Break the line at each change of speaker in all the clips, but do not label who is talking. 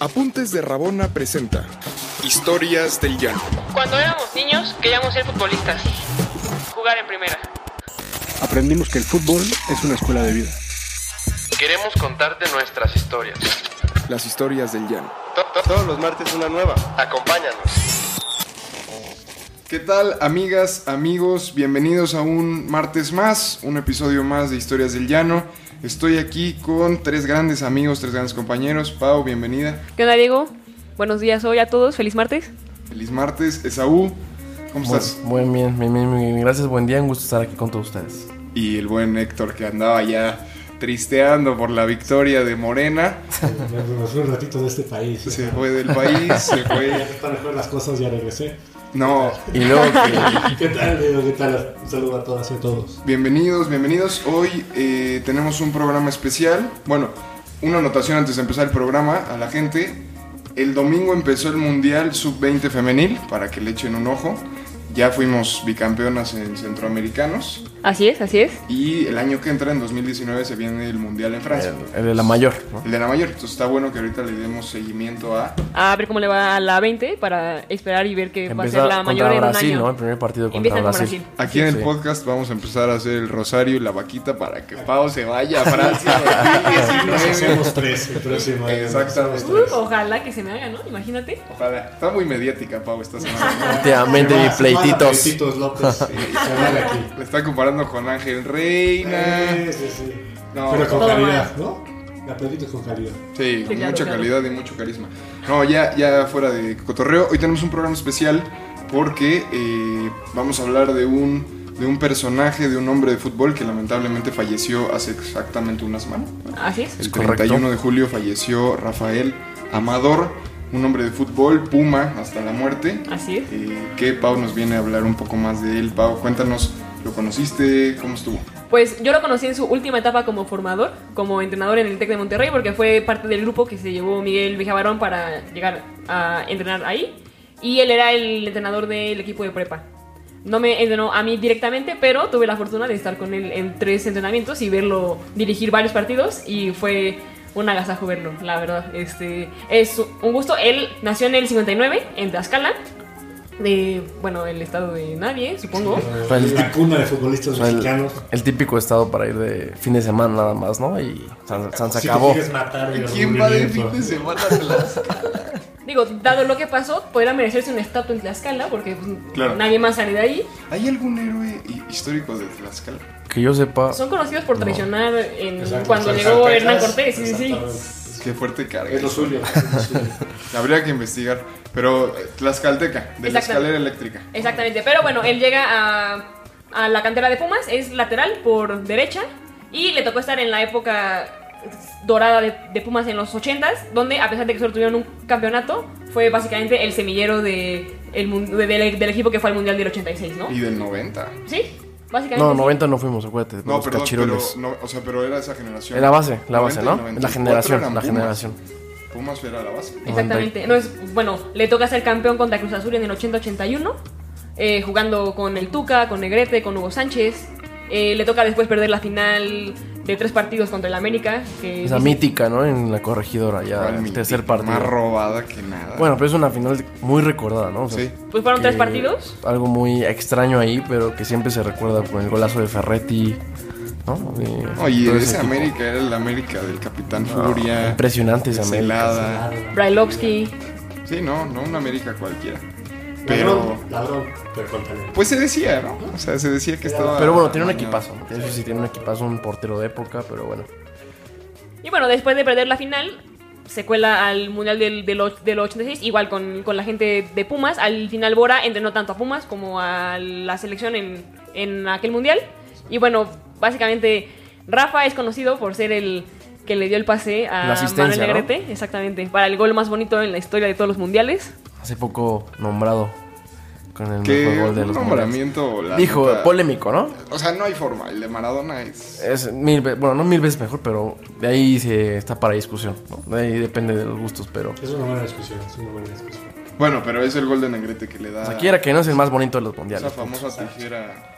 Apuntes de Rabona presenta Historias del Llano.
Cuando éramos niños queríamos ser futbolistas, jugar en primera.
Aprendimos que el fútbol es una escuela de vida.
Queremos contarte nuestras historias.
Las historias del Llano.
To- to- Todos los martes una nueva. Acompáñanos.
¿Qué tal, amigas, amigos? Bienvenidos a un martes más, un episodio más de Historias del Llano. Estoy aquí con tres grandes amigos, tres grandes compañeros. Pau, bienvenida.
¿Qué onda, Diego? Buenos días hoy a todos. Feliz martes.
Feliz martes. Esaú, ¿cómo
Pues,
estás?
Buen, bien, bien, bien, bien, bien. Gracias, buen día. Un gusto estar aquí con todos ustedes.
Y el buen Héctor que andaba ya tristeando por la victoria de Morena.
Me regresé un ratito de este país.
Se fue del país, se
Ya
fue...
están mejor las cosas, ya regresé.
No,
Y luego que
¿Qué tal, Diego? ¿Qué tal? Un saludo a todas y a todos.
Bienvenidos, bienvenidos. Hoy eh, tenemos un programa especial. Bueno, una anotación antes de empezar el programa a la gente. El domingo empezó el Mundial Sub-20 femenil, para que le echen un ojo. Ya fuimos bicampeonas en Centroamericanos.
Así es, así es.
Y el año que entra, en 2019, se viene el Mundial en Francia.
el, el de la mayor, ¿no?
El de la mayor. Entonces está bueno que ahorita le demos seguimiento a...
A ver cómo le va a la 20 para esperar y ver que va a ser pues, la mayor en
contra
un
Brasil,
año.
¿no? El primer partido contra
Empieza con
Brasil.
Brasil.
Aquí en el
Sí.
podcast vamos a empezar a hacer el rosario y la vaquita para que Pau se vaya a Francia.
Nos
2019.
hacemos tres el próximo año.
Exactamente.
Uh, ojalá que se me haga, ¿no? Imagínate.
Ojalá. Está muy mediática, Pau, esta semana.
Últimamente,
Se
mi
va- se van a
pleititos.
Pleititos López. Se van de aquí.
¿no? La está comparando con Ángel Reina.
Eh.
Sí, sí, sí.
No,
Pero con
no.
calidad, ¿no? La aplauditos con calidad.
Sí, con
claro,
mucha
claro.
calidad y mucho carisma. No, ya, ya fuera de cotorreo. Hoy tenemos un programa especial porque eh, vamos a hablar de un, de un personaje, de un hombre de fútbol que lamentablemente falleció hace exactamente una semana.
Así es.
El
Es correcto.
31 de julio falleció Rafael Amador, un hombre de fútbol, Puma, hasta la muerte.
Así es.
Eh, que Pau nos viene a hablar un poco más de él. Pau, cuéntanos, ¿lo conociste? ¿Cómo estuvo?
Pues yo lo conocí en su última etapa como formador, como entrenador en el Tec de Monterrey, porque fue parte del grupo que se llevó Miguel Vijabarón para llegar a entrenar ahí. Y él era el entrenador del equipo de prepa. No me entrenó a mí directamente, pero tuve la fortuna de estar con él en tres entrenamientos y verlo dirigir varios partidos y fue un agasajo verlo, la verdad. Este, es un gusto. Él nació en el 59 en Tlaxcala, de, bueno, el estado de nadie, supongo.
el-
La cuna de futbolistas
El,
mexicanos.
el típico estado para ir de fin de semana nada más, ¿no? Y San, San se
Si te
acabó.
quieres matar de
¿Quién va de fin
aburrimiento.
de semana a las-
Digo, dado lo que pasó, podría merecerse una estatua en Tlaxcala, porque pues,
Claro.
nadie más sale de ahí.
¿Hay algún héroe hi- histórico de Tlaxcala?
Que yo sepa,
Son conocidos por traicionar en-
Exacto,
cuando
exacto.
llegó
Zacatecas,
Hernán Cortés, sí, sí, sí.
exactamente.
Qué fuerte carga.
Es lo suyo. es lo suyo.
Habría que investigar. Pero eh, Tlaxcalteca, de la
Exactamente.
escalera eléctrica.
Exactamente, pero bueno, él llega a, a la cantera de Pumas, es lateral por derecha y le tocó estar en la época dorada de, de Pumas en los 80s, donde a pesar de que solo tuvieron un campeonato, fue básicamente el semillero de, el, mun- de- del, del equipo que fue al Mundial del 86, ¿no?
Y del 90.
Sí, básicamente.
No,
sí.
90 no fuimos, acuérdate. No,
No,
los
perdón, pero,
cachirules.
no, o sea, pero era esa generación.
Era base, la
90
base,
y
¿no?
94
La generación,
eran
la
Pumas.
generación.
Pumas era la base.
Exactamente. No es, bueno, le toca ser campeón contra Cruz Azul en el 80-81, eh, jugando con el Tuca, con Negrete, con Hugo Sánchez. Eh, le toca después perder la final de tres partidos contra el América. Que
Esa
dice-
mítica, ¿no? En la corregidora, ya,
Igual
el
mi
tercer
tipo,
partido.
Más robada que nada.
Bueno, pero es una final muy recordada, ¿no? O sea,
Sí.
Pues fueron tres
que-
partidos.
Eh, Algo muy extraño ahí, pero que siempre se recuerda por el golazo de Ferretti, ¿no? Y
Oye,
todo ese
ese
equipo.
América era el América del Capitán Furia.
Impresionante ese América.
Celada.
Brailovsky.
Sí, no, no un América cualquiera. Pero.
Ladrón, ladrón, pero con talento.
Pues se decía, ¿no? O sea, se decía que estaba.
Pero bueno, tiene un
amañado.
equipazo. ¿no? Eso sí, tiene un equipazo, un portero de época, pero bueno.
Y bueno, después de perder la final, se cuela al Mundial del, del, och- del 86, igual con, con la gente de Pumas. Al final Bora entrenó tanto a Pumas como a la selección en, en aquel Mundial. Y bueno, básicamente Rafa es conocido por ser el que le dio el pase
La
a Manuel
asistencia, ¿no?
Negrete, exactamente, para el gol más bonito en la historia de todos los mundiales.
Hace poco nombrado con el mejor
Que
gol de
un
los
nombramiento. la
mundiales. Dijo,
neta,
polémico, ¿no?
O sea, no hay forma. El de Maradona es.
Es mil ve- bueno, no mil veces mejor, pero de ahí se está para discusión. ¿no? De ahí depende de los gustos, pero.
Es una buena discusión, es una buena discusión.
Bueno, pero es el gol de Negrete que le da.
O sea, quiera que no es el más bonito de los
Esa
mundiales.
famosa tijera.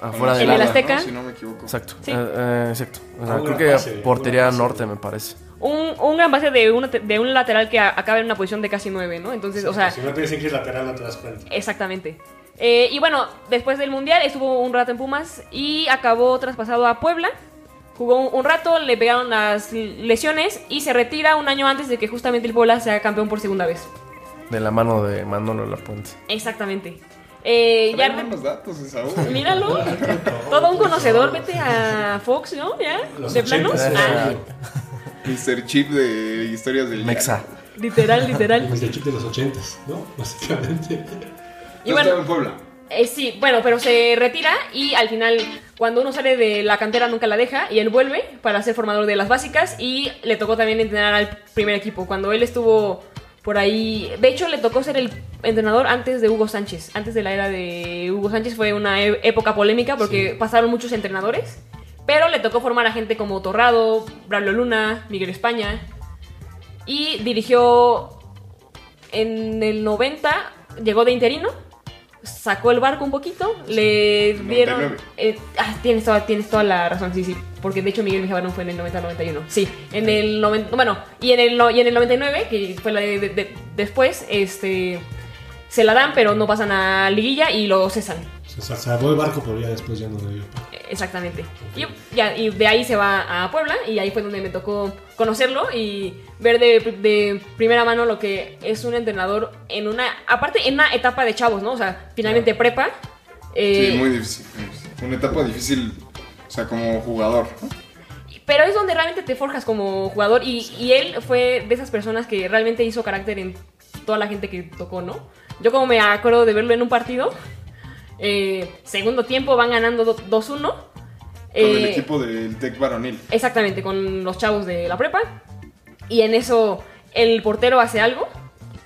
Afuera
En
del
el
área.
Azteca.
Si no me equivoco.
Exacto,
Sí.
eh, eh, exacto. O sea,
Alguna
creo que
pase,
portería
alguna pase.
norte, me parece.
un, un gran pase de, una te- de un lateral que a- acaba en una posición de casi 9, ¿no? Entonces, o sea,
Si no te dicen que es lateral, no te das cuenta.
Exactamente. Eh, y bueno, después del Mundial estuvo un rato en Pumas y acabó traspasado a Puebla. Jugó un, un rato, le pegaron las lesiones y se retira un año antes de que justamente el Puebla sea campeón por segunda vez.
De la mano de Manolo Lapuente.
Exactamente. Eh, ya
Trae buenos datos, Esaú.
Míralo. Todo un conocedor, vete a Fox, ¿no? ¿Ya?
Los
De plano.
80s,
Ah,
Mr. Chip de historias del
Mexa.
literal, literal.
Desde el chip de los ochentas, ¿no? Básicamente.
Y
No
bueno,
estaba en Puebla.
Eh, sí, bueno, pero se retira y al final, cuando uno sale de la cantera, nunca la deja y él vuelve para ser formador de las básicas y le tocó también entrenar al primer equipo. Cuando él estuvo por ahí, de hecho, le tocó ser el entrenador antes de Hugo Sánchez. Antes de la era de Hugo Sánchez fue una e- época polémica porque pasaron muchos entrenadores, pero le tocó formar a gente como Torrado, Braulio Luna, Miguel España y dirigió en el 90, llegó de interino, sacó el barco un poquito, le dieron...
99.
eh, ah, tienes, toda, tienes toda la razón, sí, sí, porque de hecho Miguel Mejabarón fue en el 90-91, sí, en el 90, bueno, y en el, no- y en el 99, que fue la de- de- de- después, este, se la dan, pero no pasan a liguilla y lo cesan.
O sea, salvó el barco, pero ya después ya no debió.
Exactamente. Y, ya- y de ahí se va a Puebla y ahí fue donde me tocó conocerlo y ver de, de primera mano lo que es un entrenador en una, aparte en una etapa de chavos, ¿no? O sea, finalmente prepa. eh,
Sí, muy difícil. Una etapa difícil, o sea, como jugador. ¿no?
Pero es donde realmente te forjas como jugador y, y él fue de esas personas que realmente hizo carácter en toda la gente que tocó, ¿no? Yo como me acuerdo de verlo en un partido, eh, segundo tiempo van ganando do- 2-1.
Con el
eh,
equipo del Tec Varonil.
Exactamente, con los chavos de la prepa. Y en eso el portero hace algo.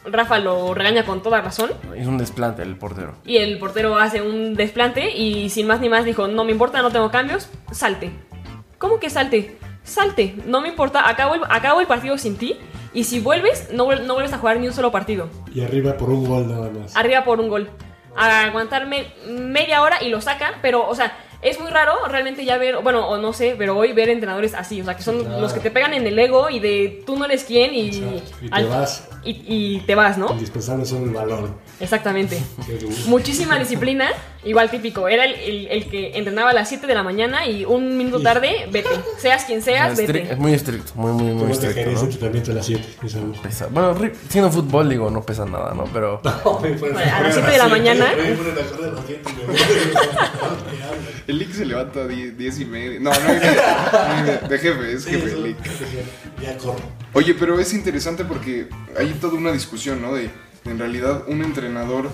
Rafa lo regaña con toda razón.
Hizo un desplante el portero.
Y el portero hace un desplante y sin más ni más dijo, no me importa, no tengo cambios, salte. ¿Cómo que salte? Salte, no me importa, acabo el, acabo el partido sin ti y si vuelves, no, vuel- no vuelves a jugar ni un solo partido.
Y arriba por un gol nada más.
Arriba por un gol. A aguantarme media hora y lo saca, pero, o sea, es muy raro realmente ya ver, bueno, o no sé, pero hoy ver entrenadores así, o sea, que son
Claro.
los que te pegan en el ego y de tú no eres quién y,
Exacto, y te
al-
vas.
Y, y te vas, ¿no?
Indispensable solo el valor.
Exactamente.
Qué gusto.
Muchísima disciplina, igual típico. Era el, el- el que entrenaba a las 7 de la mañana y un minuto
Y-
tarde, vete. Seas quien seas,
Es estri-
vete.
es muy estricto, muy, muy, muy
¿Cómo te
estricto.
querías
¿no?
el tratamiento a las 7? Esa mujer.
Pesa- Bueno, ri- siendo fútbol, digo, no pesa nada, ¿no? Pero
A las siete de la mañana.
El Lick se levanta a 10 y media. No, no, de, de jefe, es jefe el Lick.
Ya corro.
Oye, pero es interesante porque hay toda una discusión, ¿no? De, en realidad, un entrenador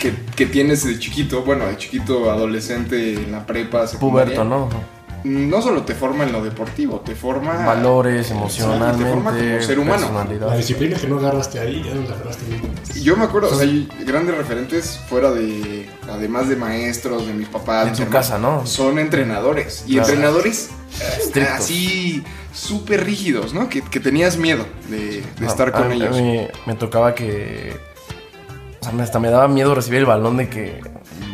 que, que tienes de chiquito, bueno, de chiquito, adolescente, en la prepa, secundaria.
puberto, ¿no?
No solo te forma en lo deportivo, te forma...
Valores,
y te forma
emocionalmente,
como ser humano.
La
personalidad.
disciplina que no agarraste ahí, ya no la agarraste nunca.
Yo me acuerdo, o sea, hay grandes referentes fuera de, además de maestros, de mis papás.
De
mis
tu
hermanos,
casa, ¿no?
Son entrenadores. Y
Claro.
entrenadores eh,
Estrictos.
así, súper rígidos, ¿no? Que, que tenías miedo de, de
No,
estar
Ah, a
con
mí- a
ellos.
mí me tocaba que. O sea, me- hasta me daba miedo recibir el balón de que.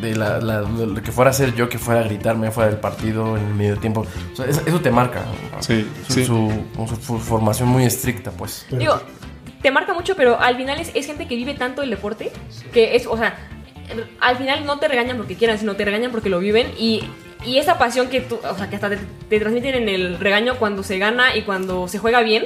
De la, la- de lo que fuera a ser yo, que fuera a gritarme fuera del partido en el medio tiempo. O sea, eso, eso te marca. ¿no?
Sí,
Su,
sí.
su- como su- su formación muy estricta, pues.
Pero-
Digo, te marca mucho, pero al final es, es gente que vive tanto el deporte que es, o sea, al final no te regañan porque quieran, sino te regañan porque lo viven y, y esa pasión que tú, o sea, que hasta te, te transmiten en el regaño cuando se gana y cuando se juega bien.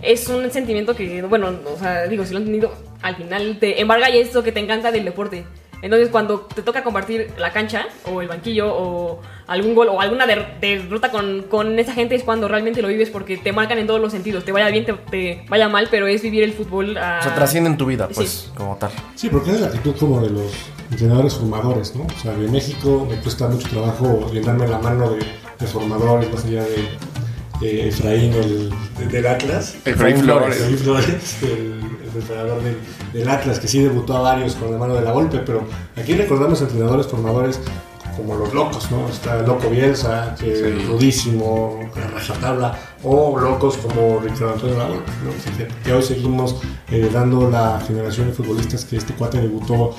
Es un sentimiento que, bueno, o sea, digo, si lo han tenido, al final te embarga y es lo que te encanta del deporte. Entonces, cuando te toca compartir la cancha, o el banquillo, o algún gol, o alguna der- derrota con, con esa gente, es cuando realmente lo vives porque te marcan en todos los sentidos. Te vaya bien, te, te vaya mal, pero es vivir el fútbol. ah, a-
O sea, trascienden tu vida,
Sí.
pues, como tal.
Sí, porque esa es la actitud como de los entrenadores formadores, ¿no? O sea, de México me cuesta mucho trabajo llenarme la mano de, de formadores, más allá de, de Efraín, el, de- del Atlas.
Efraín Flores.
Efraín Flores, el, el entrenador del, del Atlas, que sí debutó a varios con la mano de la golpe, pero aquí recordamos entrenadores formadores como los locos, ¿no? Está el Loco Bielsa, que es rudísimo, a rajatabla, o locos como Ricardo Antonio La Volpe, ¿no? eh, Que- Que hoy seguimos heredando la generación de futbolistas que este cuate debutó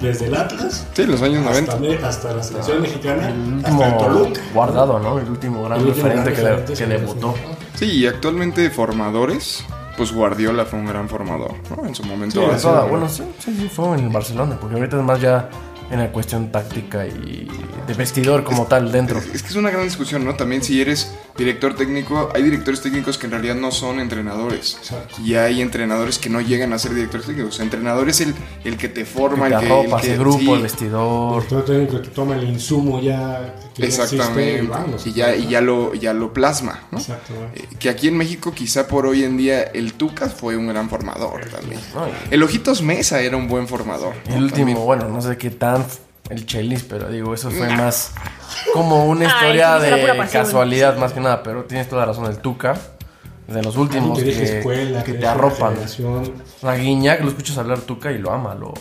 desde el Atlas
Sí, los años 90.
hasta, me- hasta la
Ah.
selección mexicana, hasta el
Como
Toluca.
guardado, ¿no? El último gran
El último gran
referente que, le-
referente,
que
sí,
debutó.
sí.
Sí, y actualmente formadores, pues Guardiola fue un gran formador, ¿no? En su momento.
Sobre
así,
todo,
¿no?
bueno, sí, sí, sí, fue en el Barcelona, porque ahorita es más ya en la cuestión táctica y de vestidor como tal dentro.
Es que es una gran discusión, ¿no? También si eres director técnico, hay directores técnicos que en realidad no son entrenadores.
Exacto.
Y hay entrenadores que no llegan a ser directores técnicos. Entrenador es el, el que te forma,
Que
el
te
que,
arropas,
el que-
el grupo,
sí,
el vestidor.
Todo técnico que toma el insumo ya que ya existe
Exactamente.
y vamos.
y ya, y ya lo, ya lo plasma, ¿no?
Exacto.
Eh, Que aquí en México, quizá por hoy en día, el Tuca fue un gran formador también.
¿no? Y
El Ojitos Mesa era un buen formador. ¿no?
el último,
También.
bueno, no sé qué tan f- el Chelis, pero digo, eso fue más como una historia
Ay, sí, la pura
de
pasión.
casualidad más que nada, pero tienes toda la razón, el Tuca, de los
Alguien
últimos
que deje
que,
escuela,
que te
deje
arropan.
generación.
La Guiñac, lo escuchas hablar Tuca y lo ama, lo,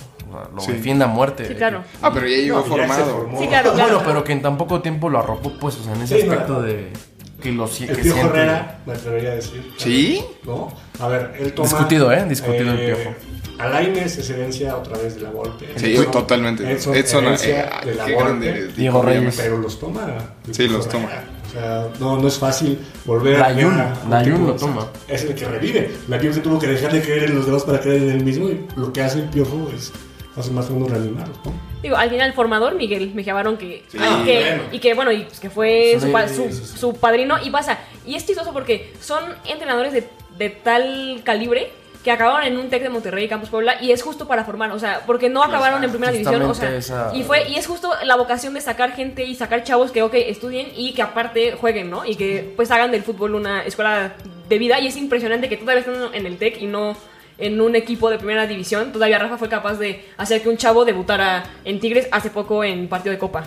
lo
Sí.
defiende a muerte.
Sí, claro.
Ah, pero ya llegó
No, ya se
formado.
formó.
Sí, claro,
Bueno,
claro.
pero que en tan poco tiempo lo arropó, pues, o sea, en ese
Sí, no.
aspecto de que lo si-
El
que
Piojo
siente.
Herrera, me atrevería a decir.
¿Sí?
¿No? A ver, él toma...
Discutido, ¿eh? Discutido el Piojo.
Alaines es herencia otra vez de la Volpe.
Sí,
Edson-
totalmente.
Edson,
Edson, eh,
herencia
ay,
de la
qué grande.
Volpe.
Diego Reyes.
Eh, Pero los toma. el
Sí,
Piojo
los toma.
Herrera. O sea, no, no es fácil volver a...
Layún,
a- a-
Layún lo toma.
Es el que revive. La Piojo tuvo que dejar de creer en los demás para creer en él mismo y lo que hace el Piojo es hace más o menos reanimarlos, ¿no?
Digo, al final, formador Miguel me llamaron que,
Sí,
y que.
bueno.
Y que, bueno, y pues, que fue
Sí,
su, pa-
sí,
su,
sí, sí.
su padrino. Y pasa. Y es chistoso porque son entrenadores de, de tal calibre que acabaron en un Tec de Monterrey, Campus Puebla, y es justo para formar, o sea, porque no acabaron en primera división, o sea,
justamente esa-
y fue y es justo la vocación de sacar gente y sacar chavos que, ok, estudien y que aparte jueguen, ¿no? Y que pues hagan del fútbol una escuela de vida y es impresionante que todavía están en el TEC y no en un equipo de primera división, todavía Rafa fue capaz de hacer que un chavo debutara en Tigres hace poco en partido de Copa.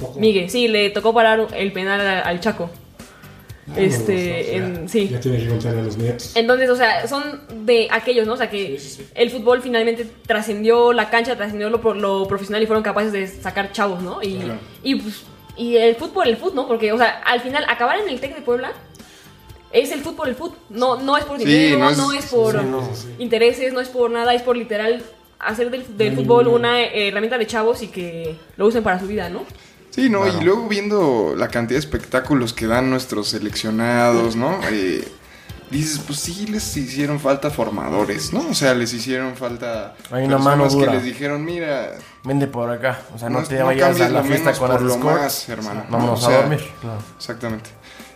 Poco.
Miguel, sí, le tocó parar el penal a- al Chaco.
Ah,
Este,
no, no,
en-
ya-
sí. Eh.
Ya tiene que contar a los nietos.
Entonces, o sea, son de aquellos, ¿no? O sea, que
Sí, sí, sí.
el fútbol finalmente trascendió la cancha, trascendió lo, pro- lo profesional y fueron capaces de sacar chavos, ¿no? Y,
Claro.
y, pues, y el fútbol, el fútbol, ¿no? Porque, o sea, al final, acabar en el TEC de Puebla es el fútbol, el fútbol. No, no es por
Sí,
dinero,
no
no
es-
es, por
sí, no, sí, sí.
intereses, no es por nada, es por literal hacer del, del fútbol una eh, herramienta de chavos y que lo usen para su vida, ¿no?
Sí, no, y luego viendo la cantidad de espectáculos que dan nuestros seleccionados, ¿no? Eh, dices, pues sí, les hicieron falta formadores, ¿no? O sea, les hicieron falta
Hay una mano
personas
dura.
que les dijeron, mira,
Vende por acá, o sea, no,
No-
te
no
vayas a
cambies
la
lo
fiesta
menos
con las
por lo
escorts.
más, hermano.
Vámonos
O sea,
a dormir. claro.
exactamente.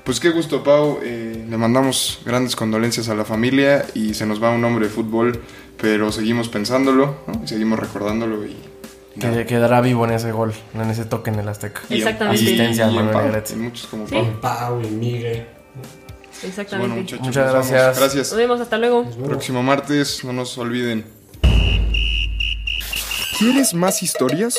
Pues qué gusto, Pau. eh, le mandamos grandes condolencias a la familia y se nos va un hombre de fútbol, pero seguimos pensándolo, ¿no? Y seguimos recordándolo y... y
Que
nada.
quedará vivo en ese gol, en ese toque en el Azteca.
Y en-
Exactamente.
y-
Asistencia a
y en
Manuel
Pau,
Negrete.
en muchos como
Sí.
Pau.
Pau y Miguel.
Pues bueno,
Exactamente.
muchachos,
Muchas
nos vamos.
gracias.
Gracias.
Nos vemos, hasta luego.
Pues,
Próximo martes, no nos olviden.
¿Quieres más historias?